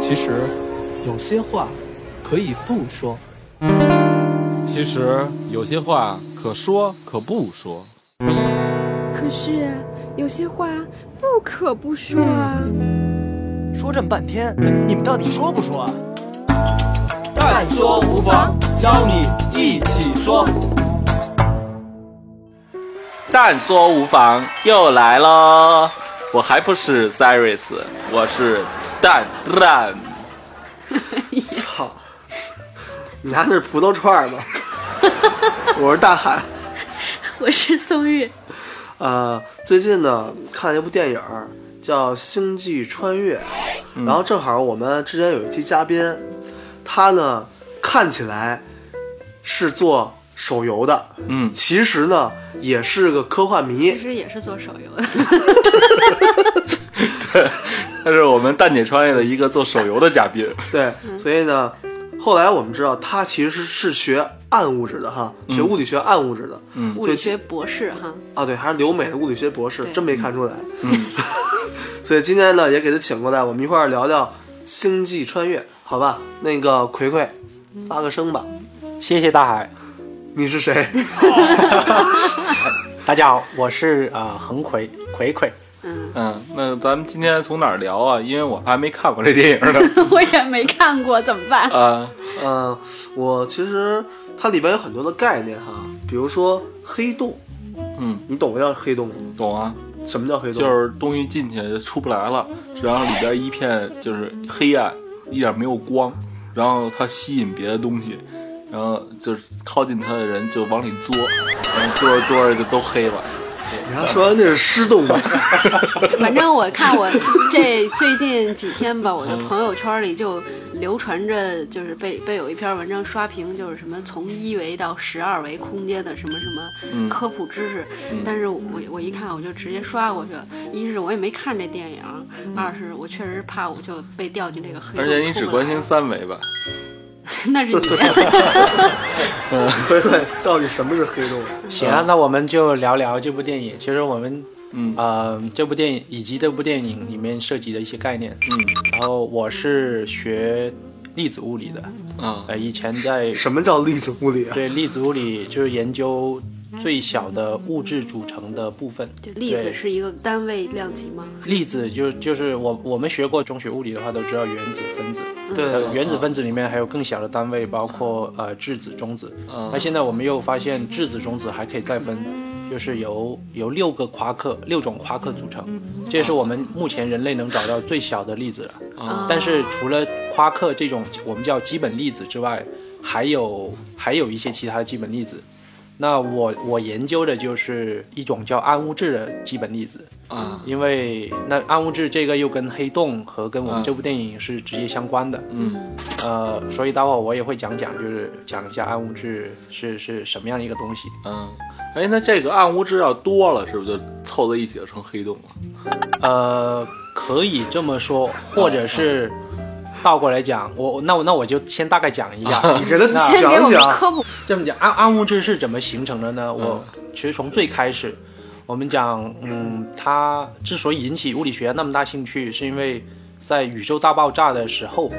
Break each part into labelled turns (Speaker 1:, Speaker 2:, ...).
Speaker 1: 其实，有些话可以不说。
Speaker 2: 其实有些话可说可不说。
Speaker 3: 可是啊有些话不可不说啊。
Speaker 4: 说这么半天，你们到底说不说啊？
Speaker 5: 但说无妨，邀你一起说。
Speaker 6: 但说无妨，又来喽！我还不是 Cyrus，我是蛋蛋。
Speaker 7: 操！你家那是葡萄串儿吧？我是大海。
Speaker 8: 我是宋玉。
Speaker 7: 呃，最近呢看了一部电影儿叫《星际穿越》，然后正好我们之前有一期嘉宾，他呢看起来是做手游的，
Speaker 6: 嗯，
Speaker 7: 其实呢也是个科幻
Speaker 8: 其
Speaker 7: 迷。
Speaker 8: 实也是做手游的，
Speaker 6: 他是我们蛋姐穿越的一个做手游的嘉宾。
Speaker 7: 对，所以呢，后来我们知道他其实是学暗物质的哈，学物理学暗物质的。嗯，
Speaker 8: 物理学博士哈。
Speaker 7: 啊，对，还是留美的物理学博士，
Speaker 8: 对
Speaker 7: 真没看出来。嗯， 所以今天呢，也给他请过来，我们一块儿聊聊《星际穿越》，好吧？那个葵葵，发个声吧，
Speaker 9: 谢谢大海，
Speaker 7: 你是谁？
Speaker 9: 大家好，我是呃恒奎奎奎，
Speaker 6: 嗯，那咱们今天从哪儿聊啊？因为我还没看过这电 影呢。
Speaker 8: 我也没看过，怎么办？
Speaker 6: 啊，
Speaker 7: 嗯、我其实它里边有很多的概念哈，比如说黑洞，
Speaker 6: 嗯，
Speaker 7: 你懂不叫黑洞吗？
Speaker 6: 懂啊，
Speaker 7: 什么叫黑洞？
Speaker 6: 就是东西进去就出不来了，然后里边一片就是黑暗，一点没有光，然后它吸引别的东西，然后就是靠近它的人就往里作，然后作着作着就都黑了。
Speaker 7: 你还说那是湿洞吧？
Speaker 8: 反正我看 我这最近几天吧，我的朋友圈里就流传着，就是被被有一篇文章刷屏，就是什么从一维到十二维空间的什么什么科普知识。但是我我一看我就直接刷过去了，一是我也没看这电影，二是我确实怕我就被掉进这个黑洞。
Speaker 6: 而且你
Speaker 8: 出
Speaker 6: 只
Speaker 8: 不
Speaker 6: 关
Speaker 8: 来
Speaker 6: 心
Speaker 8: 了，
Speaker 6: 三维吧？
Speaker 8: 那 是你。
Speaker 7: 葵葵，到底什么是黑洞？
Speaker 9: 行啊，那我们就聊聊这部电影。其实我们，
Speaker 6: 嗯
Speaker 9: 呃，这部电影以及这部电影里面涉及的一些概念。
Speaker 6: 嗯
Speaker 9: 然后我是学粒子物理的，
Speaker 6: 啊
Speaker 9: 呃，以前在
Speaker 7: 什么叫粒子物理啊？
Speaker 9: 对粒子物理就是研究最小的物质组成的部分。
Speaker 8: 就粒子
Speaker 9: 对
Speaker 8: 是一个单位量级吗？
Speaker 9: 粒子就就是我我们学过中学物理的话都知道原子分子，
Speaker 7: 对
Speaker 9: 呃，原子分子里面还有更小的单位，包括呃质子、中子。
Speaker 6: 嗯
Speaker 9: 那现在我们又发现质子、中子还可以再分，就是由由六个夸克、六种夸克组成，这是我们目前人类能找到最小的粒子了。
Speaker 6: 啊
Speaker 9: 但是除了夸克这种我们叫基本粒子之外，还有还有一些其他的基本粒子。那我我研究的就是一种叫暗物质的基本粒子，
Speaker 6: 啊
Speaker 9: 因为那暗物质这个又跟黑洞和跟我
Speaker 6: 嗯
Speaker 9: 们这部电影是直接相关的，
Speaker 6: 嗯，
Speaker 9: 呃，所以待会儿我也会讲讲，就是讲一下暗物质是是什么样的一个东西。
Speaker 6: 嗯。哎，那这个暗物质要多了，是不是就凑在一起就成黑洞了？
Speaker 9: 呃，可以这么说，或者是倒过来讲，我我那我那我就先大概讲一下，
Speaker 7: 你给他
Speaker 9: 那
Speaker 8: 先给
Speaker 7: 讲
Speaker 8: 我们
Speaker 7: 讲。
Speaker 8: 科普
Speaker 9: 这么讲，暗暗物质是怎么形成的呢？我其实从最开始，我们讲，嗯，它之所以引起物理学那么大兴趣，是因为在宇宙大爆炸的时候，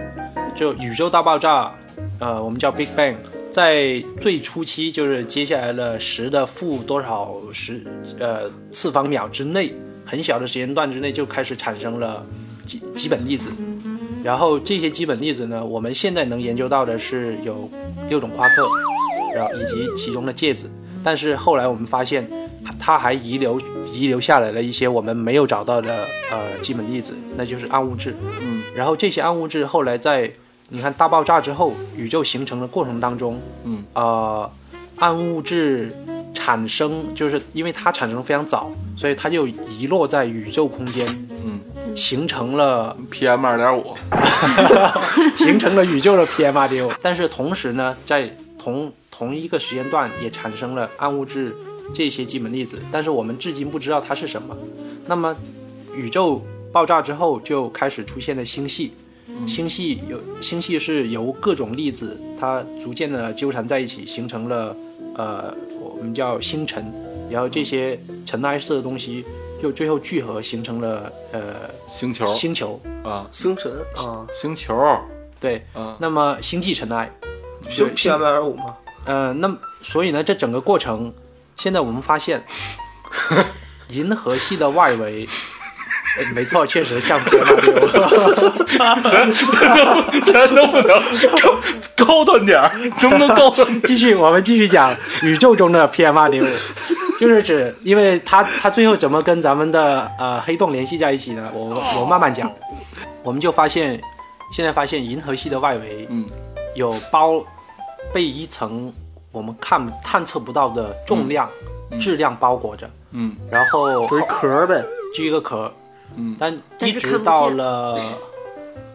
Speaker 9: 就宇宙大爆炸，呃，我们叫 Big Bang，在最初期，就是接下来的十的负多少十呃次方秒之内，很小的时间段之内就开始产生了基基本粒子。
Speaker 6: 嗯
Speaker 9: 然后这些基本粒子呢，我们现在能研究到的是有六种夸克，然后以及其中的介质。但是后来我们发现，它还遗留遗留下来了一些我们没有找到的呃基本粒子，那就是暗物质。
Speaker 6: 嗯，
Speaker 9: 然后这些暗物质后来在你看大爆炸之后，宇宙形成的过程当中，
Speaker 6: 嗯，
Speaker 9: 呃，暗物质产生就是因为它产生得非常早，所以它就遗落在宇宙空间，
Speaker 6: 嗯，
Speaker 9: 形成了
Speaker 6: PM 二点五，
Speaker 9: 形成了宇宙的 PM 二点五。 但是同时呢，在同同一个时间段也产生了暗物质这些基本粒子，但是我们至今不知道它是什么。那么宇宙爆炸之后就开始出现了星系。星系有星系是由各种粒子它逐渐的纠缠在一起，形成了呃我们叫星辰，然后这些尘埃似的东西又最后聚合形成了呃
Speaker 6: 星球，
Speaker 9: 星球，
Speaker 6: 啊，
Speaker 7: 星辰啊，
Speaker 6: 星球，
Speaker 9: 对，
Speaker 6: 嗯
Speaker 9: 那么星际尘埃，
Speaker 7: 就 PM 二点五嘛，
Speaker 9: 呃，那么所以呢，这整个过程，现在我们发现，银河系的外围，呃没错，确实像河马六，
Speaker 6: 咱能不能高 高端点儿？能不 能高端？
Speaker 9: 继续，我们继续讲宇宙中的 PM 二点五，就是指，因为它它最后怎么跟咱们的呃黑洞联系在一起呢？我我慢慢讲，我们就发现，现在发现银河系的外围
Speaker 6: 嗯
Speaker 9: 有包被一层我们看探测不到的重量、质量包裹着，
Speaker 6: 嗯
Speaker 9: 然后
Speaker 7: 就是壳儿呗，
Speaker 9: 就一个壳，
Speaker 6: 嗯
Speaker 9: 但
Speaker 8: 但
Speaker 9: 一
Speaker 8: 是
Speaker 9: 直
Speaker 8: 看不
Speaker 9: 到
Speaker 8: 见
Speaker 9: 了，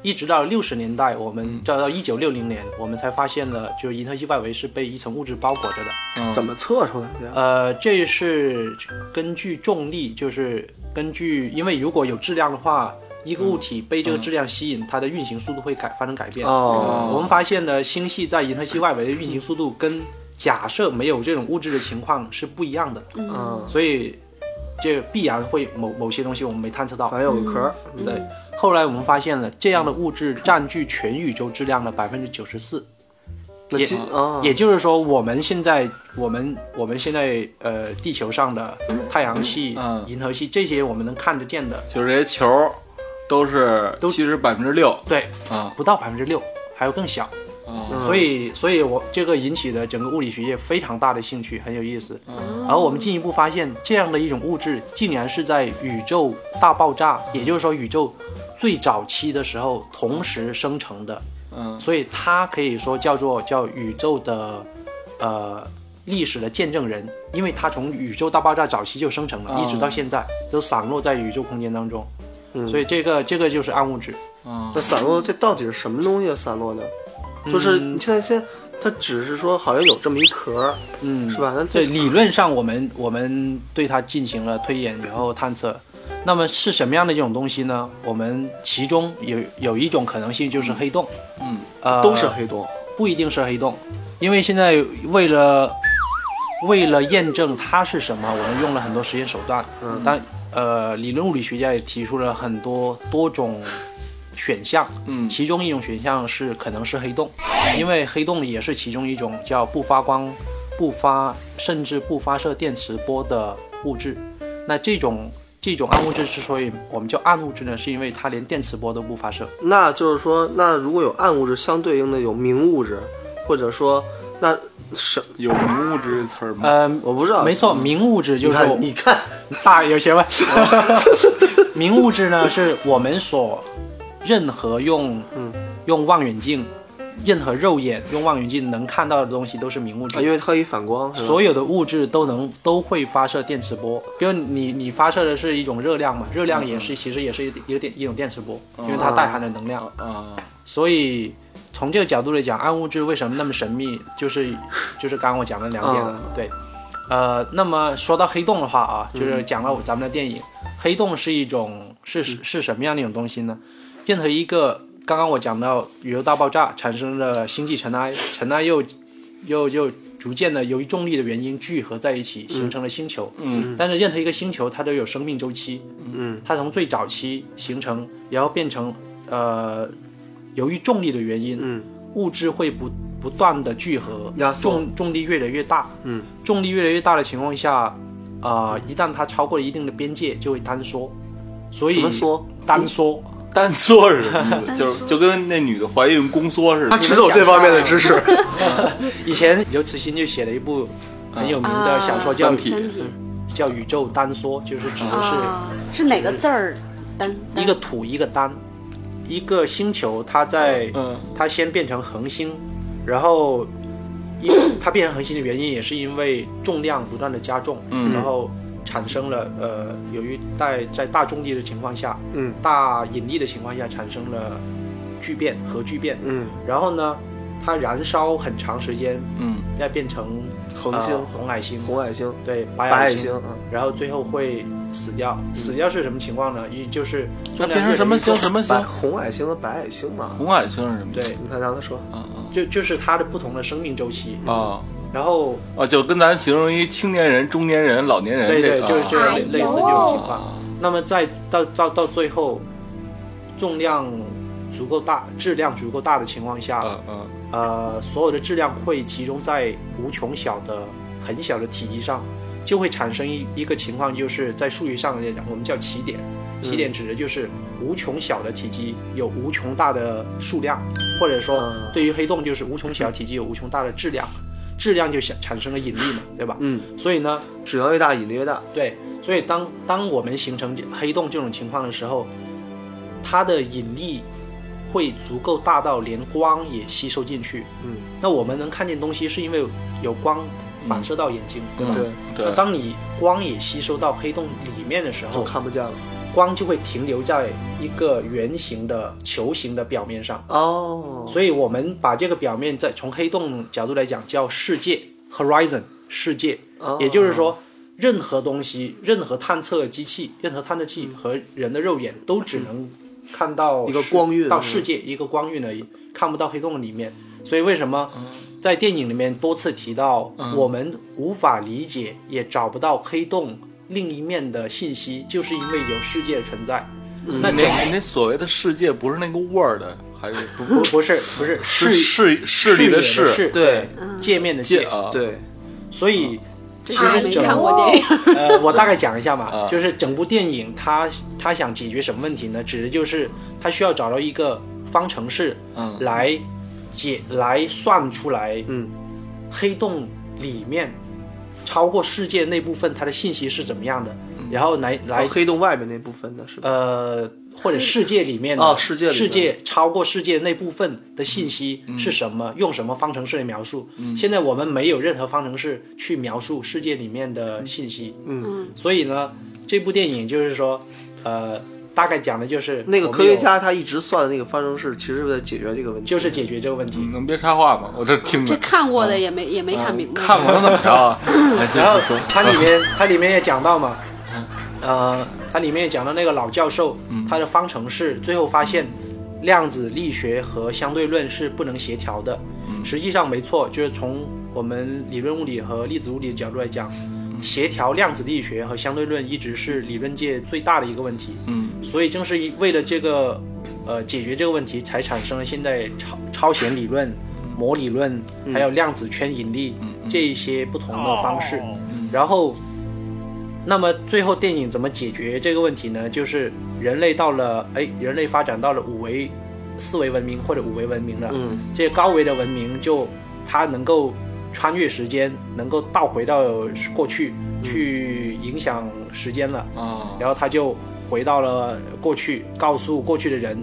Speaker 9: 一直到六十年代，我们
Speaker 7: 嗯
Speaker 9: 到到一九六零年，我们才发现了，就是银河系外围是被一层物质包裹着的。
Speaker 6: 嗯，
Speaker 7: 怎么测出来的呀？
Speaker 9: 呃，这是根据重力，就是根据，因为如果有质量的话，一
Speaker 7: 嗯
Speaker 9: 个物体被这个质量吸引，它的运行速度会改发生改变。
Speaker 7: 哦，
Speaker 9: 我们发现呢，星系在银河系外围的运行速度跟假设没有这种物质的情况是不一样的，
Speaker 7: 嗯，
Speaker 9: 所以这必然会某某些东西我们没探测到。
Speaker 7: 反正有个壳儿，
Speaker 9: 对，后来我们发现了这样的物质占据全宇宙质量的百分之九十四，
Speaker 7: 那
Speaker 9: 也
Speaker 7: 金啊，
Speaker 9: 也就是说，我们现在我们我们现在呃地球上的太阳系、
Speaker 6: 嗯
Speaker 9: 银河系这些我们能看得见的，
Speaker 6: 就是这些球儿都是
Speaker 9: 都
Speaker 6: 其实百分之六
Speaker 9: 对，
Speaker 6: 啊
Speaker 9: 不到百分之六，还有更小。
Speaker 6: 啊，
Speaker 7: 嗯
Speaker 9: 所以，所以我这个引起的整个物理学界非常大的兴趣，很有意思。而我们进一步发现，这样的一种物质竟然是在宇宙大爆炸，也就是说宇宙最早期的时候同时生成的。
Speaker 6: 嗯
Speaker 9: 所以它可以说叫做叫宇宙的，呃，历史的见证人，因为它从宇宙大爆炸早期就生成了，一直到现在都散落在宇宙空间当中。
Speaker 7: 嗯
Speaker 9: 所以这个这个就是暗物质，
Speaker 6: 啊
Speaker 7: 那散落这到底是什么东西啊散落的？就是你现在现在它只是说好像有这么一壳儿，
Speaker 9: 嗯，
Speaker 7: 是吧？那
Speaker 9: 对，
Speaker 7: 这
Speaker 9: 理论上我们我们对它进行了推演，然后探测。那么是什么样的一种东西呢？我们其中有有一种可能性就是黑洞，
Speaker 6: 嗯，
Speaker 9: 呃，
Speaker 7: 都是黑洞，
Speaker 9: 不一定是黑洞，因为现在为了为了验证它是什么，我们用了很多实验手段。
Speaker 7: 嗯
Speaker 9: 但呃，理论物理学家也提出了很多多种选项，
Speaker 6: 嗯
Speaker 9: 其中一种选项是可能是黑洞，因为黑洞也是其中一种叫不发光、不发甚至不发射电磁波的物质。那这种这种暗物质之所以我们叫暗物质呢，是因为它连电磁波都不发射。
Speaker 7: 那就是说，那如果有暗物质相对应的有明物质，或者说那什
Speaker 6: 有明物质这词儿吗？
Speaker 9: 呃，
Speaker 7: 嗯我不知道，
Speaker 9: 没错，明物质
Speaker 7: 你
Speaker 9: 就是我
Speaker 7: 看你看，
Speaker 9: 大有学问。 明物质呢，是我们所任何用、
Speaker 7: 嗯
Speaker 9: 用望远镜，任何肉眼用望远镜能看到的东西都是明物
Speaker 7: 啊因
Speaker 9: 质。
Speaker 7: 为它可以反光，是吧
Speaker 9: 所有的物质都能都会发射电磁波，比如你你发射的是一种热量嘛，热量也是其实也是一一个电一种电磁波，因为它
Speaker 7: 嗯
Speaker 9: 带含了能量。
Speaker 6: 啊，
Speaker 9: 所以从这个角度来讲，暗物质为什么那么神秘，就是 就是刚刚我讲的两点了，对。呃，那么说到黑洞的话啊，就是讲到咱们的电影，黑洞是一种是是什么样的一种东西呢？任何一个刚刚我讲到宇宙大爆炸产生了星际尘埃，尘埃又又又逐渐的由于重力的原因聚合在一起，形成了星球。
Speaker 6: 嗯，
Speaker 9: 但是任何一个星球它都有生命周期，
Speaker 7: 嗯，
Speaker 9: 它从最早期形成，然后变成呃，由于重力的原因，
Speaker 7: 嗯，
Speaker 9: 物质会不不断的聚合，
Speaker 7: 压缩
Speaker 9: 重重力越来越大，
Speaker 7: 嗯，
Speaker 9: 重力越来越大的情况下，啊，一旦它超过了一定的边界，就会坍缩，所以
Speaker 7: 怎么缩？
Speaker 9: 单缩，
Speaker 6: 单缩啊是什 么意思？就是就跟那女的怀孕宫缩似
Speaker 7: 他
Speaker 6: 的。
Speaker 7: 只有这方面的知识，
Speaker 9: 以前刘慈欣就写了一部很有名的小说叫
Speaker 8: 三
Speaker 9: 《
Speaker 8: 体》，三体
Speaker 9: 叫《宇宙单缩》，就是指的是。
Speaker 8: 嗯啊，是哪个字儿？单
Speaker 9: 一个土一个单，一个星球它在、
Speaker 6: 嗯
Speaker 9: 它先变成恒星，然后一它变成恒星的原因也是因为重量不断的加重，
Speaker 6: 嗯
Speaker 9: 然后产生了呃，由于在在大重力的情况下，
Speaker 7: 嗯
Speaker 9: 大引力的情况下产生了聚变核聚变，
Speaker 7: 嗯，
Speaker 9: 然后呢，它燃烧很长时间，
Speaker 6: 嗯
Speaker 9: 再变成
Speaker 7: 恒
Speaker 9: 呃
Speaker 7: 星
Speaker 9: 红矮星，
Speaker 7: 红矮星、
Speaker 9: 对白
Speaker 7: 啊白矮
Speaker 9: 矮
Speaker 7: 星，啊，
Speaker 9: 然后最后会死掉。死掉是什么情况呢？一就是
Speaker 6: 嗯那
Speaker 9: 重
Speaker 6: 变成
Speaker 9: 量越
Speaker 6: 什
Speaker 9: 来
Speaker 6: 么
Speaker 9: 越
Speaker 6: 星
Speaker 9: 重
Speaker 6: 什么
Speaker 7: 白
Speaker 6: 星？
Speaker 7: 红矮星和白矮星嘛。
Speaker 6: 红矮星是什么？
Speaker 9: 对，
Speaker 7: 你看让他说，
Speaker 6: 啊
Speaker 9: 就就是它的不同的生命周期。
Speaker 6: 啊啊
Speaker 9: 然后
Speaker 6: 啊！就跟咱形容一青年人、中年人、老年人
Speaker 9: 对
Speaker 7: 哎
Speaker 6: 这
Speaker 9: 对，
Speaker 6: 个
Speaker 9: 就是
Speaker 6: 啊
Speaker 9: 就是类类似这种情况。
Speaker 6: 啊
Speaker 9: 那么在到到到最后，重量足够大、质量足够大的情况下，
Speaker 6: 啊
Speaker 7: 啊
Speaker 2: 嗯嗯
Speaker 9: 呃，所有的质量会集中在无穷小的、很小的体积上，就会产生一一个情况，就是在术语上来讲，我们叫起点。
Speaker 7: 嗯
Speaker 9: 起点指的就是无穷小的体积有无穷大的数量，或者说
Speaker 7: 嗯
Speaker 9: 对于黑洞就是无穷小体积有无穷大的质量，质量就产产生了引力嘛，对吧？
Speaker 7: 嗯，
Speaker 9: 所以呢，
Speaker 7: 质量越大，引力越大。
Speaker 9: 对，所以当当我们形成黑洞这种情况的时候，它的引力会足够大到连光也吸收进去。
Speaker 7: 嗯，
Speaker 9: 那我们能看见东西是因为有光反射到眼睛，对吧？
Speaker 7: 嗯对，
Speaker 6: 嗯对
Speaker 9: 那，当你光也吸收到黑洞里面的时
Speaker 7: 就
Speaker 9: 候，
Speaker 7: 看不见了。
Speaker 9: 光就会停留在一个圆形的球形的表面上。
Speaker 7: 哦，
Speaker 9: 所以我们把这个表面在从黑洞角度来讲叫世界 （horizon） 世界。
Speaker 7: 哦
Speaker 9: 也就是，说，任何东西、任何探测机器、任何探测器和人的肉眼都只能看到
Speaker 7: 一个
Speaker 9: 世
Speaker 7: 光晕
Speaker 9: 到世界一个光晕而已，看不到黑洞里面。所以为什么在电影里面多次提到，我们无法理解也找不到黑洞另一面的信息，就是因为有世界存在。那整
Speaker 6: 那那所谓的世界不是那个 word，还是不
Speaker 9: 不不是不是
Speaker 6: 是视视
Speaker 9: 视
Speaker 6: 力
Speaker 9: 野的
Speaker 6: 视
Speaker 9: 视对界面的界，
Speaker 6: 啊？
Speaker 7: 对，
Speaker 9: 所以
Speaker 8: 这
Speaker 9: 其
Speaker 8: 就是
Speaker 9: 实
Speaker 8: 没
Speaker 9: 整
Speaker 8: 看过电影，
Speaker 9: 呃， 我大概讲一下嘛
Speaker 6: 啊，
Speaker 9: 就是整部电影它它想解决什么问题呢？指的就是它需要找到一个方程式
Speaker 6: 嗯
Speaker 9: 来解来算出来，
Speaker 7: 嗯，
Speaker 9: 黑洞里面超过世界那部分它的信息是怎么样的，然后来来
Speaker 7: 哦黑洞外面那部分的是吧？
Speaker 9: 呃，或者世界里面的、
Speaker 7: 哦世界里面嗯
Speaker 9: 世界超过世界那部分的信息是什么？用什么方程式来描述？现在我们没有任何方程式去描述世界里面的信息。
Speaker 7: 嗯，
Speaker 9: 所以呢，这部电影就是说，呃，大概讲的就是
Speaker 7: 那个
Speaker 9: 呃我们
Speaker 7: 科学
Speaker 9: 有
Speaker 7: 家他一直算的那个方程式，其实是在解决这个问题。
Speaker 9: 就是解决这个问题。
Speaker 6: 你能别插话吗？我这听
Speaker 8: 这
Speaker 6: 着。
Speaker 8: 看过的也没也没看明白。
Speaker 6: 看过能怎么着 啊？来先
Speaker 9: 然后
Speaker 6: 说
Speaker 9: 它里面它里面也讲到嘛，呃，它里面也讲到那个老教授，他的方程式最后发现，量子力学和相对论是不能协调的。实际上没错，就是从我们理论物理和粒子物理的角度来讲，协调量子力学和相对论一直是理论界最大的一个问题。
Speaker 6: 嗯，
Speaker 9: 所以正是为了这个，呃，解决这个问题，才产生了现在超超弦理论、模理论，还有量子圈引力、这一些不同的方式。然后，那么最后电影怎么解决这个问题呢？就是人类到了，哎，人类发展到了五维、四维文明或者五维文明了。
Speaker 7: 嗯，
Speaker 9: 这些高维的文明就它能够穿越时间，能够倒回到过去去影响时间了。
Speaker 6: 啊，
Speaker 9: 然后他就回到了过去，告诉过去的人，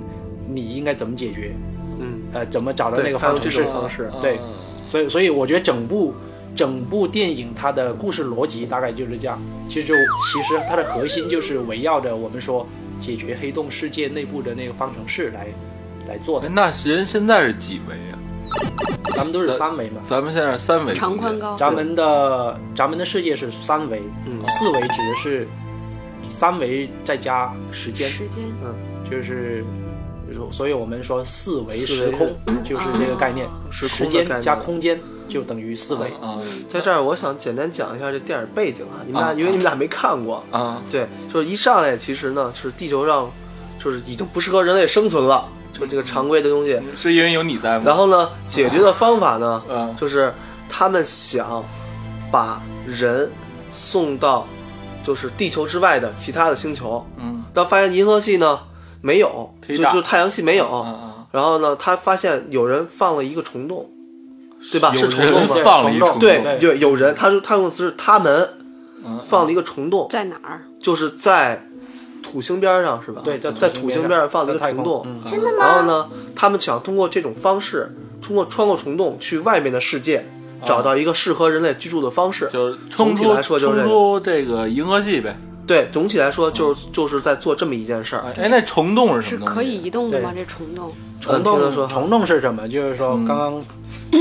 Speaker 9: 你应该怎么解决，
Speaker 7: 嗯，
Speaker 9: 呃，怎么找到
Speaker 7: 对
Speaker 9: 那个
Speaker 7: 还有
Speaker 9: 方程
Speaker 7: 这
Speaker 9: 式
Speaker 7: 种。方式嗯
Speaker 9: 对，所以所以我觉得整部整部电影它的故事逻辑大概就是这样。其实就其实它的核心就是围绕着我们说解决黑洞世界内部的那个方程式来来做
Speaker 6: 哎
Speaker 9: 的。
Speaker 6: 那人现在是几维啊？
Speaker 7: 哎
Speaker 9: 咱们都是
Speaker 6: 咱
Speaker 9: 三维嘛，
Speaker 6: 咱们现在是三维空间，
Speaker 8: 长宽高，
Speaker 9: 咱们的咱们的世界是三维，
Speaker 7: 嗯
Speaker 9: 四维指的是三维再加时间。
Speaker 8: 时间
Speaker 9: 就是，就是所以我们说四维
Speaker 7: 四维啊
Speaker 9: 时空就是这个概念，
Speaker 7: 时空
Speaker 9: 时
Speaker 7: 的概
Speaker 9: 间
Speaker 7: 念
Speaker 9: 加空间就等于四维。
Speaker 6: 啊
Speaker 7: 在这儿我想简单讲一下这电影背景啊，你们俩
Speaker 6: 啊
Speaker 7: 因为你们俩没看过，
Speaker 6: 啊
Speaker 7: 对，就是一上来其实呢是地球上就是已经不适合人类生存了，就这个常规的东
Speaker 9: 嗯
Speaker 7: 西。
Speaker 6: 是因为有你在吗？
Speaker 7: 然后呢，解决的方法呢，
Speaker 6: 嗯
Speaker 7: 就是他们想把人送到就是地球之外的其他的星球，
Speaker 6: 嗯
Speaker 7: 但发现银河系呢没有，就
Speaker 6: 忒大
Speaker 7: 就太阳系没有。
Speaker 6: 啊啊，
Speaker 7: 然后呢，他发现有人放了一个虫洞，对吧？是虫洞
Speaker 6: 人
Speaker 7: 吗？
Speaker 6: 放了一
Speaker 9: 啊虫
Speaker 6: 虫
Speaker 9: 洞
Speaker 7: 对
Speaker 9: 对
Speaker 7: 对，有人，他说他用的词是他们
Speaker 6: 嗯
Speaker 7: 放了一个虫洞，
Speaker 8: 在哪儿？
Speaker 7: 就是在土星边儿上是吧？
Speaker 9: 对，在
Speaker 7: 在土星边儿上放了一个
Speaker 9: 在太
Speaker 7: 虫
Speaker 9: 空
Speaker 7: 洞，
Speaker 9: 嗯
Speaker 7: 真的吗？然后呢，他们想通过这种方式，通过穿过虫洞去外面的世界，
Speaker 9: 啊
Speaker 7: 找到一个适合人类居住的方式。
Speaker 6: 就是冲
Speaker 7: 总体
Speaker 6: 出
Speaker 7: 来说就是这
Speaker 6: 冲
Speaker 7: 个
Speaker 6: 出这个银河系呗。
Speaker 7: 对，总体来说就是就是在做这么一件事儿。
Speaker 6: 哎，那虫洞是
Speaker 8: 是
Speaker 6: 什么东西？
Speaker 8: 可以移动的吗？这虫洞
Speaker 9: 虫
Speaker 7: 呃听他说嗯
Speaker 9: 洞，
Speaker 7: 哈
Speaker 9: 虫洞是什么？就是说 刚刚。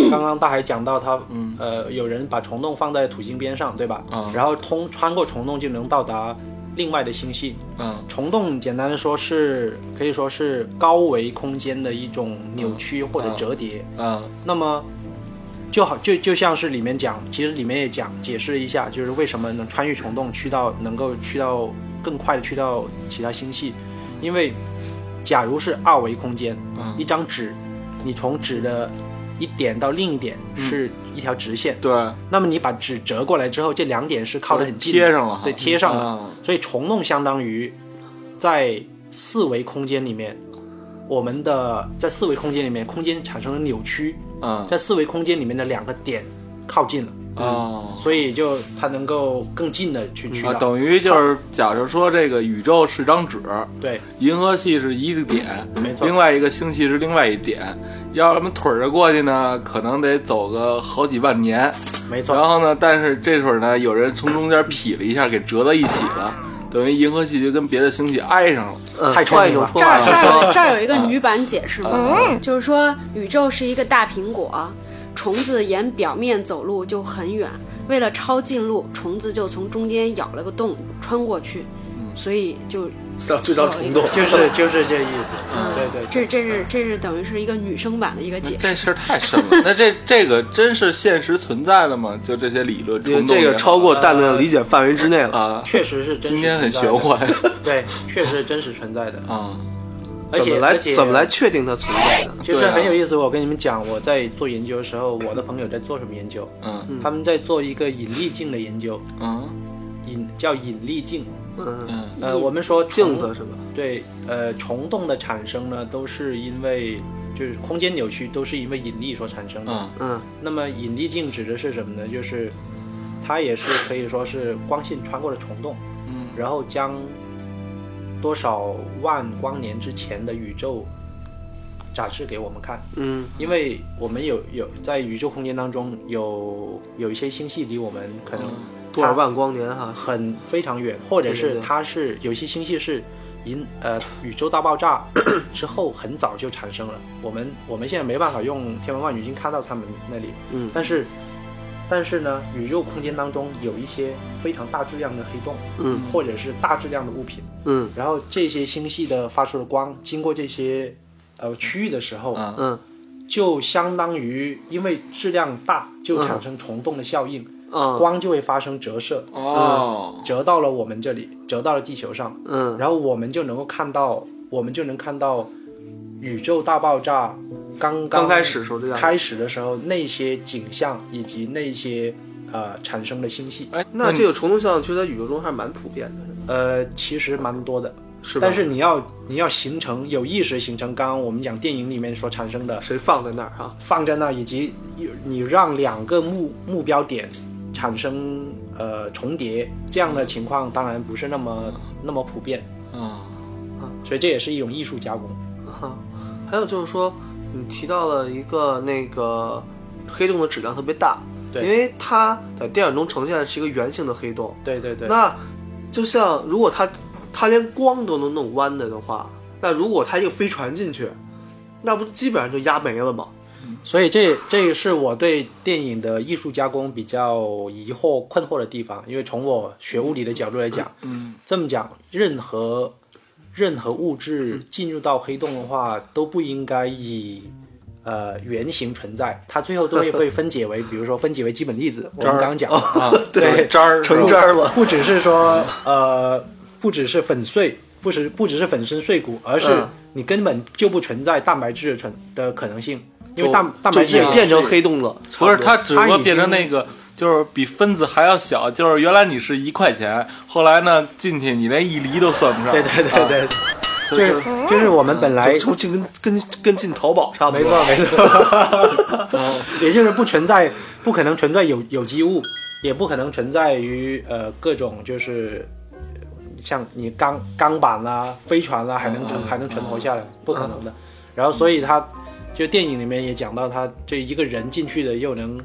Speaker 9: 刚刚大海讲到他，
Speaker 6: 嗯
Speaker 9: 呃，有人把虫洞放在土星边上，对吧？
Speaker 7: 啊
Speaker 6: 嗯
Speaker 9: 然后通穿过虫洞就能到达另外的星系。
Speaker 6: 嗯
Speaker 9: 虫洞简单的说是可以说是高维空间的一种扭曲或
Speaker 7: 啊
Speaker 9: 者
Speaker 6: 嗯
Speaker 9: 折叠。
Speaker 6: 嗯
Speaker 9: 那么就好就就像是里面讲，其实里面也讲解释一下，就是为什么能穿越虫洞去到能够去到更快的去到其他星系，因为假如是二维空间，
Speaker 6: 嗯
Speaker 9: 一张纸，你从纸的一点到另一点是一条直线，
Speaker 6: 对，
Speaker 9: 那么你把纸折过来之后，这两点是靠得很近的，
Speaker 6: 贴上了哈，
Speaker 9: 对，贴上了。
Speaker 6: 嗯
Speaker 9: 所以虫洞相当于在四维空间里面，我们的在四维空间里面，空间产生了扭曲，
Speaker 6: 嗯
Speaker 9: 在四维空间里面的两个点靠近了，
Speaker 6: 哦。
Speaker 9: 所以就它能够更近的去去
Speaker 6: 啊，
Speaker 9: 到。
Speaker 6: 等于就是，假设说这个宇宙是张纸，
Speaker 9: 对，
Speaker 6: 银河系是一个点，
Speaker 9: 嗯没错
Speaker 6: 另外一个星系是另外一点，要什么腿着过去呢，可能得走个好几万年。
Speaker 9: 没错
Speaker 6: 然。后呢，但是这会儿呢，有人从中间劈了一下，给折到一起了，等于银河系就跟别的星系挨上了。
Speaker 7: 嗯，
Speaker 9: 太聪
Speaker 7: 换一
Speaker 9: 明
Speaker 7: 种
Speaker 9: 了
Speaker 7: 说法
Speaker 8: 这儿这
Speaker 7: 来
Speaker 8: 儿
Speaker 7: 说，
Speaker 8: 有这儿有一个女版解释嘛，就是说宇宙是一个大苹果，虫子沿表面走路就很远，为了抄近路，虫子就从中间咬了个洞穿过去，所以就
Speaker 7: 叫制造虫洞，
Speaker 9: 就是就是这意思，对对，
Speaker 8: 这这是这是等于是一个女生版的一个解释。
Speaker 6: 这事儿太深了， 那这这个真是现实存在的吗？就这些理论，
Speaker 7: 因为
Speaker 6: 冲动
Speaker 7: 这
Speaker 6: 也
Speaker 7: 个
Speaker 6: 好
Speaker 7: 超过蛋
Speaker 9: 啊
Speaker 7: 蛋的理解范围之内了。
Speaker 6: 啊，
Speaker 9: 确实是真实
Speaker 6: 今天很
Speaker 9: 存在
Speaker 6: 玄
Speaker 9: 的，
Speaker 6: 幻
Speaker 9: 对，确实是真实 存在的，
Speaker 6: 啊，
Speaker 9: 而
Speaker 7: 怎
Speaker 9: 且
Speaker 7: 么来
Speaker 9: 而且
Speaker 7: 怎么来确定它存在呢？
Speaker 9: 其实
Speaker 6: 对啊
Speaker 9: 很有意思，我跟你们讲，我在做研究的时候，我的朋友在做什么研究？
Speaker 6: 嗯
Speaker 9: 他们在做一个引力镜的研究，
Speaker 6: 嗯
Speaker 9: 引叫引力镜。
Speaker 7: 嗯，
Speaker 6: 嗯
Speaker 9: 呃，
Speaker 8: 引
Speaker 9: 我们说
Speaker 7: 镜子
Speaker 9: 虫
Speaker 7: 是吧？
Speaker 9: 对，呃，虫洞的产生呢，都是因为就是空间扭曲，都是因为引力所产生的。
Speaker 6: 嗯
Speaker 7: 嗯，
Speaker 9: 那么引力镜指的是什么呢？就是它也是可以说是光线穿过了虫洞，
Speaker 6: 嗯
Speaker 9: 然后将多少万光年之前的宇宙展示给我们看。
Speaker 7: 嗯，
Speaker 9: 因为我们有有在宇宙空间当中有有一些星系离我们可能
Speaker 7: 多少万光年哈？
Speaker 9: 很非常远，或者
Speaker 7: 对
Speaker 9: 是
Speaker 7: 对对
Speaker 9: 它是有一些星系是银呃宇宙大爆炸 之后很早就产生了，我们我们现在没办法用天文望远镜看到它们那里，
Speaker 7: 嗯
Speaker 9: 但是但是呢，宇宙空间当中有一些非常大质量的黑洞，
Speaker 7: 嗯，
Speaker 9: 或者是大质量的物品，
Speaker 7: 嗯
Speaker 9: 然后这些星系的发出的光经过这些呃区域的时候，
Speaker 6: 嗯
Speaker 7: 嗯
Speaker 9: 就相当于因为质量大，就产生虫洞的效应，
Speaker 7: 嗯
Speaker 9: 光就会发生折射，
Speaker 6: 哦
Speaker 9: 折到了我们这里，折到了地球上，
Speaker 7: 嗯
Speaker 9: 然后我们就能够看到，我们就能看到宇宙大爆炸刚
Speaker 7: 刚开始时候这样
Speaker 9: 开始的时候那些景象以及那些呃产生的星系，
Speaker 6: 哎，
Speaker 7: 那
Speaker 6: 你
Speaker 7: 这个虫洞效应其实在宇宙中还蛮普遍的，
Speaker 9: 呃，其实蛮多的。
Speaker 7: 是吧？
Speaker 9: 但是你要你要形成有意识形成，刚刚我们讲电影里面所产生的
Speaker 7: 谁放在那儿哈？
Speaker 9: 放在那，以及你让两个目目标点产生呃重叠，这样的情况当然不是那么那么普遍，
Speaker 6: 嗯
Speaker 9: 所以这也是一种艺术加工。
Speaker 7: 啊，还有就是说，你提到了一个那个黑洞的质量特别大，
Speaker 9: 对
Speaker 7: 因为它在电影中呈现的是一个圆形的黑洞，
Speaker 9: 对对对，
Speaker 7: 那就像如果它它连光都能弄弯的的话，那如果它一个飞船进去，那不基本上就压没了吗？
Speaker 9: 所以这这个是我对电影的艺术加工比较疑惑困惑的地方，因为从我学物理的角度来讲，
Speaker 6: 嗯
Speaker 9: 这么讲，任何任何物质进入到黑洞的话，都不应该以呃原型存在，它最后都会被分解为，比如说分解为基本粒子。我们刚刚讲的，
Speaker 6: 啊，
Speaker 9: 对
Speaker 6: 渣儿
Speaker 7: 成渣儿了。
Speaker 9: 不只是说呃，不只是粉碎，不是不只是粉身碎骨，而是
Speaker 7: 嗯
Speaker 9: 你根本就不存在蛋白质的存的可能性，因为
Speaker 7: 就
Speaker 9: 蛋蛋
Speaker 7: 就
Speaker 9: 白质
Speaker 7: 也变成黑洞了，
Speaker 6: 不是，它只不
Speaker 9: 它
Speaker 6: 过
Speaker 9: 已
Speaker 6: 变成
Speaker 9: 经
Speaker 6: 那个，就是比分子还要小。就是原来你是一块钱，后来呢进去你连一厘都算不上。
Speaker 9: 对对对
Speaker 7: 啊
Speaker 9: 对，
Speaker 6: 就
Speaker 9: 就是是就是我们本来
Speaker 7: 就就进跟跟跟进淘宝差不
Speaker 9: 没
Speaker 7: 多。
Speaker 9: 错没错， 也就是不存在，不可能存在有有机物，也不可能存在于呃各种就是呃像你钢钢板啦、飞船啊啦，还能
Speaker 7: 嗯
Speaker 9: 存还能存活下来，不可能的。然后所以他就电影里面也讲到，他这一个人进去的又能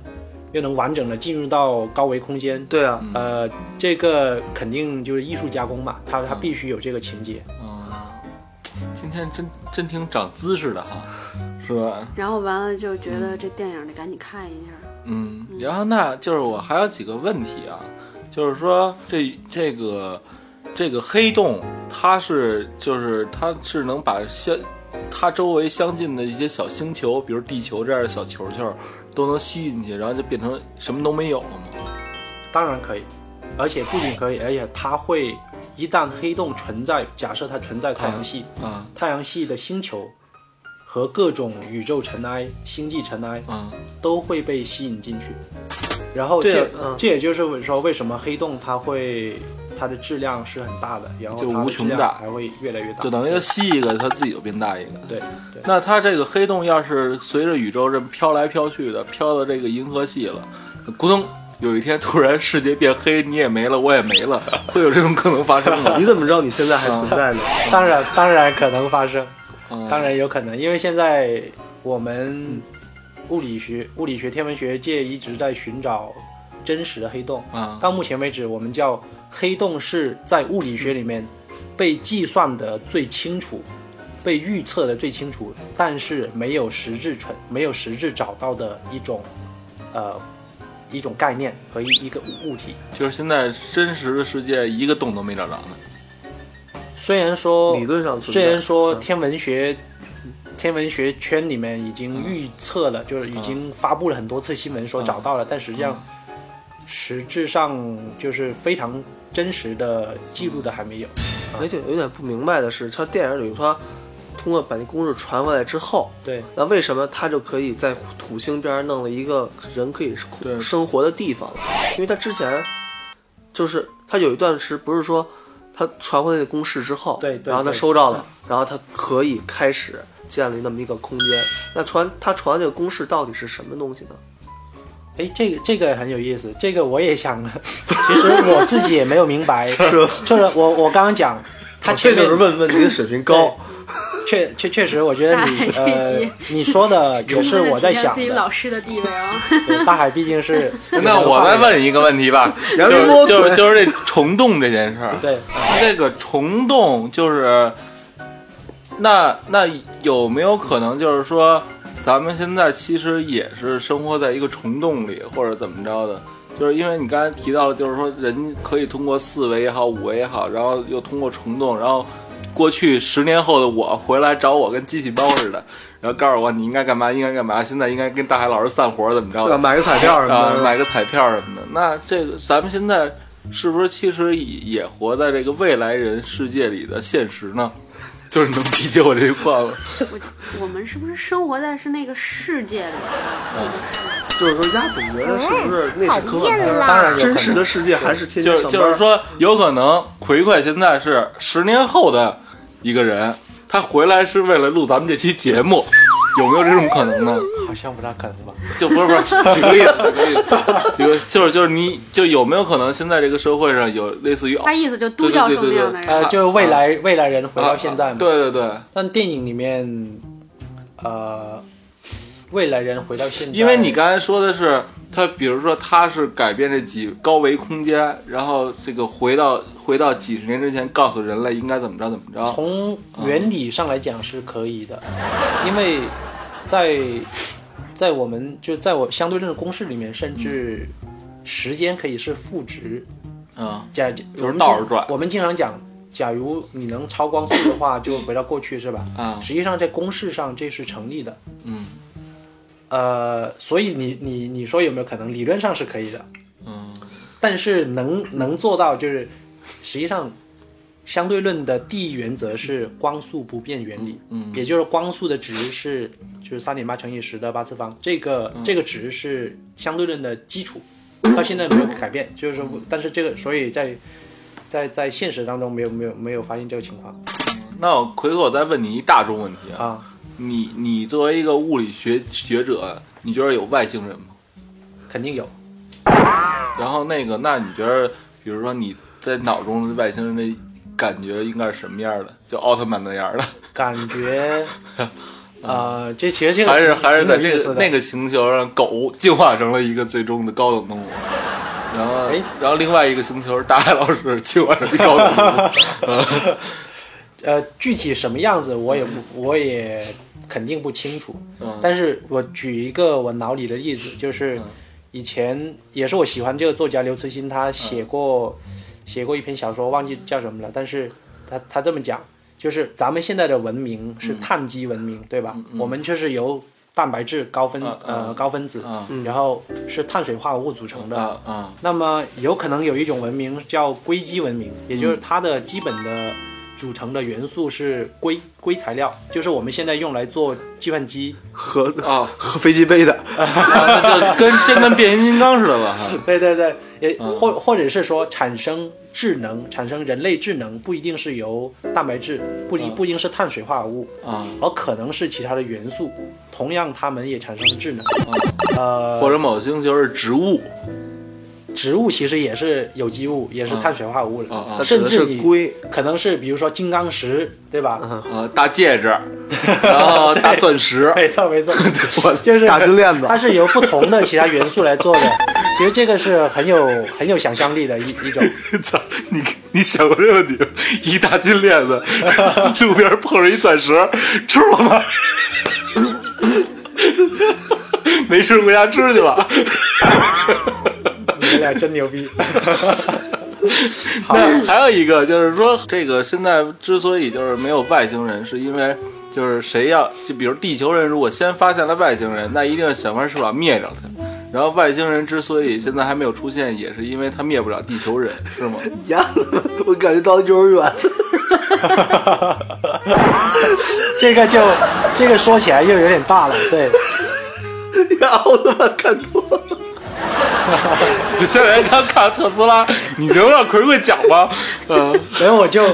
Speaker 9: 又能完整的进入到高维空间。
Speaker 7: 对啊，
Speaker 9: 呃，这个肯定就是艺术加工嘛，他
Speaker 7: 嗯
Speaker 9: 他必须有这个情节。
Speaker 6: 嗯，今天真真挺长姿势的哈，是吧？
Speaker 8: 然后完了就觉得这电影得赶紧看一下。
Speaker 6: 嗯，然后那就是我还有几个问题啊，就是说这这个这个黑洞，它是就是它是能把相它周围相近的一些小星球，比如地球这样的小球球，都能吸进去，然后就变成什么都没有了吗？
Speaker 9: 当然可以，而且不仅可以，而且它会一旦黑洞存在，假设它存在太阳
Speaker 7: 哎
Speaker 9: 系，
Speaker 6: 啊
Speaker 9: 太阳系的星球和各种宇宙尘埃、星际尘埃
Speaker 6: 啊
Speaker 9: 都会被吸引进去。然后
Speaker 7: 对
Speaker 9: 这、
Speaker 7: 嗯
Speaker 9: 这也就是说，为什么黑洞它会它的质量是很大的，然后
Speaker 6: 就
Speaker 9: 它的
Speaker 6: 无
Speaker 9: 质
Speaker 6: 穷
Speaker 9: 量
Speaker 6: 大
Speaker 9: 还会越来越大，
Speaker 6: 就等于它吸一个，它自己就变大一个。
Speaker 9: 对
Speaker 6: 那它这个黑洞要是随着宇宙这么飘来飘去的，飘到这个银河系了，咕咚，有一天突然世界变黑，你也没了，我也没了，会有这种可能发生吗？
Speaker 7: 你怎么知道你现在还存在呢？
Speaker 9: 当然当然可能发生。
Speaker 6: 嗯
Speaker 9: 当然有可能，因为现在我们物理学、物理学、天文学界一直在寻找真实的黑洞。
Speaker 6: 啊
Speaker 9: 到目前为止，我们叫黑洞是在物理学里面被计算的最清楚、被预测的最清楚，但是没有实质存、没有实质找到的一种呃一种概念和一一个物体。
Speaker 6: 就是现在真实的世界一个洞都没找着呢。
Speaker 9: 虽然说
Speaker 7: 理论上存在
Speaker 9: 哦虽然说
Speaker 7: 嗯
Speaker 9: 天文学、天文学圈里面已
Speaker 7: 嗯
Speaker 9: 经预测了，就是已经发布了很多次新闻说找到了，但实际上、
Speaker 7: 嗯
Speaker 9: 实质上就是非常真实的记录的还没有。
Speaker 7: 哎，对，有点不明白的是，他电影里他通过把那公式传回来之后，
Speaker 9: 对，
Speaker 7: 那为什么他就可以在土星边儿弄了一个人可以
Speaker 6: 对，
Speaker 7: 生活的地方了？因为他之前就是他有一段是不是说他传回来的公式之后，
Speaker 9: 对对
Speaker 7: 然后他
Speaker 9: 对
Speaker 7: 收到了，然后他可以开始建立那么一个空间。那传他传的这个公式到底是什么东西呢？
Speaker 9: 哎，这个这个很有意思，这个我也想了， 其实我自己也没有明白，就是我我刚刚讲。他前
Speaker 7: 这
Speaker 9: 面
Speaker 7: 就是问问你的水平高，
Speaker 9: 确确确实，我觉得你
Speaker 8: 大海这一
Speaker 9: 呃
Speaker 8: 集，
Speaker 9: 你说的也是我在想
Speaker 8: 自己
Speaker 9: 的
Speaker 8: 老。师的地位啊、
Speaker 9: 对大海毕竟是
Speaker 6: 那我再问一个问题吧， 就
Speaker 7: 梁明波
Speaker 6: 是就是就是这虫洞这件事儿，
Speaker 9: 对，啊
Speaker 6: 它这个虫洞就是，那那有没有可能就是说，咱们现在其实也是生活在一个虫洞里，或者怎么着的？就是因为你刚才提到了，就是说人可以通过四维也好，五维也好，然后又通过虫洞，然后过去十年后的我回来找我跟机器猫似的，然后告诉我你应该干嘛，应该干嘛，现在应该跟大海老师散伙怎么着的
Speaker 7: 要？买个彩票什么
Speaker 6: 啊，
Speaker 7: 的。
Speaker 6: 买个彩票什么的。那这个咱们现在是不是其实也也活在这个未来人世界里的现实呢？ 就是能理解我这句话 吗？
Speaker 8: 我我们是不是生活在是那个世界里？
Speaker 7: 就是说，鸭总觉得是不是那是可可能？
Speaker 9: 当然有可能
Speaker 7: 真实的世界还是天
Speaker 6: 就
Speaker 7: 天
Speaker 6: 是
Speaker 7: 上班
Speaker 6: 就是说，有可能葵葵现在是十年后的一个人，他回来是为了录咱们这期节目， 有没有这种可能呢？
Speaker 9: 好像不大可能吧？
Speaker 6: 就不是不是，举个例子，举个例子，举个 就是就是你就有没有可能现在这个社会上有类似于
Speaker 8: 他意思就都教授那样的
Speaker 6: 对对对对对
Speaker 8: 人，
Speaker 9: 呃，就是未来未来人回到现在嘛。。
Speaker 6: 啊对对对，
Speaker 9: 但电影里面，呃，未来人回到现在，
Speaker 6: 因为你刚才说的是他，比如说他是改变这几高维空间，然后这个回到回到几十年之前，告诉人类应该怎么着怎么
Speaker 9: 啊
Speaker 6: 着。
Speaker 9: 从原理上来讲是可以的，因为在在我们就在我相对论的公式里面，甚至时间可以是赋值。
Speaker 6: 啊
Speaker 9: 假
Speaker 6: 是倒着转
Speaker 9: 我们经常讲，假如你能超光速的话，就回到过去是吧？
Speaker 6: 啊
Speaker 9: 实际上在公式上这是成立的。
Speaker 6: 嗯
Speaker 9: 呃，所以你你你说有没有可能？理论上是可以的，
Speaker 6: 嗯
Speaker 9: 但是能能做到就是，实际上相对论的第一原则是光速不变原理，
Speaker 6: 嗯
Speaker 9: 也就是光速的值是就是三点八乘以十的八次方，这个、
Speaker 6: 嗯
Speaker 9: 这个值是相对论的基础，到现在没有改变，就是
Speaker 6: 嗯
Speaker 9: 说，但是这个所以在在在现实当中没有没有没有发现这个情况
Speaker 6: 那我奎哥，我再问你一大众问题啊，
Speaker 9: 啊，
Speaker 6: 你你作为一个物理学学者，你觉得有外星人吗？
Speaker 9: 肯定有，
Speaker 6: 然后那个，那你觉得，比如说你在脑中的外星人的感觉应该是什么样的？就奥特曼那样的，
Speaker 9: 感 觉。呃，这其实这个
Speaker 6: 还是
Speaker 9: 挺
Speaker 6: 还是在
Speaker 9: 挺有
Speaker 6: 这
Speaker 9: 意思
Speaker 6: 个
Speaker 9: 的
Speaker 6: 那个星球上，狗进化成了一个最终的高等动物。然后
Speaker 9: 哎，
Speaker 6: 然后另外一个星球，大海老师进化成一高等动物。
Speaker 9: 呃，具体什么样子我也不，我也肯定不清楚。
Speaker 6: 嗯
Speaker 9: 但是我举一个我脑里的例子，就是以前也是我喜欢这个作家刘慈欣，
Speaker 6: 嗯
Speaker 9: 他写过、写过一篇小说，忘记叫什么了，但是他他
Speaker 6: 嗯
Speaker 9: 这么讲，就是咱们现在的文明是碳基文明，对吧？我们就是由蛋白质高分
Speaker 6: 啊
Speaker 9: 呃
Speaker 6: 啊
Speaker 9: 高分子
Speaker 6: 啊，
Speaker 9: 然后是碳水化合物组成的。
Speaker 6: 啊啊，
Speaker 9: 那么有可能有一种文明叫硅基文明，也就是它的基本的组成的元素是硅硅材料，就是我们现在用来做计算机。
Speaker 7: 和
Speaker 6: 啊
Speaker 7: 和飞机杯 的，
Speaker 6: 这跟真跟变形金刚似的吧？哈
Speaker 9: 对对对，也呃或或者是说产生智能、产生人类智能，不一定是由蛋白质，不一不一定是碳水化合物，
Speaker 6: 啊，
Speaker 9: 而可能是其他的元素，同样它们也产生了智能。呃，
Speaker 6: 或者某星球是植物
Speaker 9: 植物其实也是有机物，也是碳水化合物的，
Speaker 6: 啊
Speaker 7: 它指
Speaker 9: 甚
Speaker 7: 的
Speaker 9: 至
Speaker 7: 是
Speaker 9: 你
Speaker 7: 硅，
Speaker 9: 可能是比如说金刚石，对吧？
Speaker 6: 啊，大戒 指，然后大钻石，
Speaker 9: 没错没错， 就是
Speaker 7: 打根链子
Speaker 9: 它是由不同的其他元素来做的。其实这个是很有很有想象力的一一种，
Speaker 6: 操！你你想过这个问题吗？一大金链子，路边碰上一钻石，吃我吗？ 没事，回家吃去吧。
Speaker 9: 你们俩真牛逼。
Speaker 6: 那还有一个就是说，这个现在之所以就是没有外星人，是因为就是谁要就比如地球人如果先发现了外星人，那一定想方设法灭掉他。然后外星人之所以现在还没有出现，也是因为他灭不了地球人，是吗？
Speaker 7: 一样的， 我感觉到幼儿园。
Speaker 9: 这个就这个说起来又有点大了，对，
Speaker 7: 奥特曼看多了，
Speaker 6: 现在刚看特斯拉，你能让葵葵讲 吗？嗯、
Speaker 9: 所以我就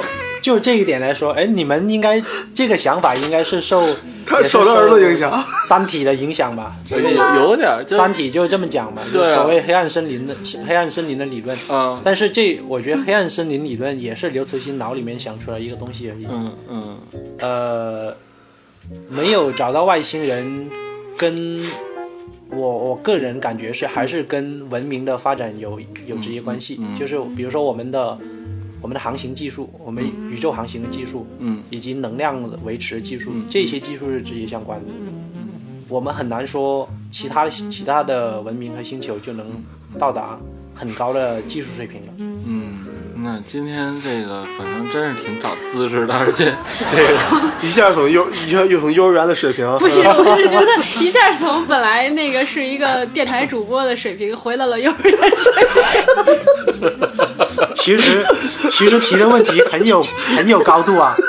Speaker 9: 就这一点来说，哎，你们应该这个想法应该是受
Speaker 7: 他
Speaker 9: 也是
Speaker 7: 受他儿子影响
Speaker 9: 《三体》的影响吧，
Speaker 6: 有有点儿，
Speaker 9: 《
Speaker 6: 就
Speaker 9: 三体》就这么讲嘛，就
Speaker 6: 对啊
Speaker 9: 所谓黑暗森林的黑暗森林的理论。
Speaker 6: 嗯
Speaker 9: 但是这我觉得黑暗森林理论也是刘慈欣脑里面想出来一个东西而已。
Speaker 6: 嗯嗯
Speaker 9: 呃，没有找到外星人，跟我我个人感觉是还是跟文明的发展有有直接关系。
Speaker 6: 嗯嗯
Speaker 9: 就是比如说我们的我们的航行技术，我们宇宙航行的技术，
Speaker 6: 嗯
Speaker 9: 以及能量维持技术
Speaker 6: 嗯，
Speaker 9: 这些技术是直接相关的。嗯我们很难说其他其他的文明和星球就能到达很高的技术水平了。
Speaker 6: 嗯。那今天这个反正真是挺长姿势的，而且
Speaker 7: 一下从幼一下又从幼儿园的水平，
Speaker 8: 不是，我是觉得一下从本来那个是一个电台主播的水平，回到了幼儿园 水平。
Speaker 9: 其实，其实提的问题很有很有高度啊。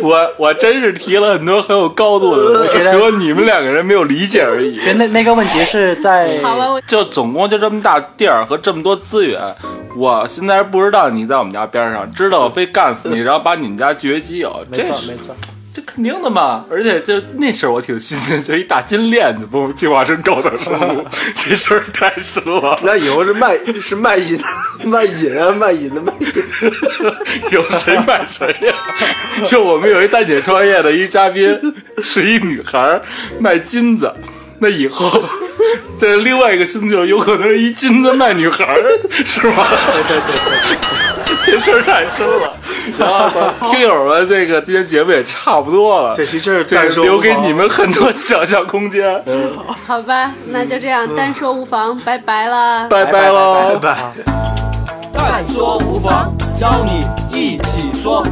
Speaker 6: 我我真是提了很多很有高度的问题，
Speaker 9: 我觉得
Speaker 6: 只有你们两个人没有理解而已。
Speaker 9: 对，那那个问题是在
Speaker 8: 好啊吧，我
Speaker 6: 就总共就这么大地儿和这么多资源，我现在不知道你在我们家边上，知道我非干死你，然后把你们家据为己有，
Speaker 9: 没
Speaker 6: 这
Speaker 9: 错
Speaker 6: 是
Speaker 9: 没错，
Speaker 6: 这肯定的嘛。而且就那事儿我挺新 鲜，就一大金链子从计划生搞到生 物，这事儿太神了。
Speaker 7: 那以后是卖是卖淫 卖淫啊卖淫的卖淫，
Speaker 6: 有谁买谁呀、就我们有一蛋姐创业的一嘉 宾，是一女孩儿卖金子，那以 后在另外一个星球有可能是一金子卖女孩儿， 是吗？对对对，这事儿太深了。然后听友们，这个今天节目也差不多了，
Speaker 7: 这期真是
Speaker 6: 这
Speaker 7: 单说
Speaker 6: 留
Speaker 7: 无
Speaker 6: 给
Speaker 7: 妨
Speaker 6: 你们很多想象空间。
Speaker 8: 好吧，那就这样，单说无妨，拜拜啦。
Speaker 6: 拜拜喽！
Speaker 7: 拜拜。
Speaker 5: 但说无妨，邀你一起说。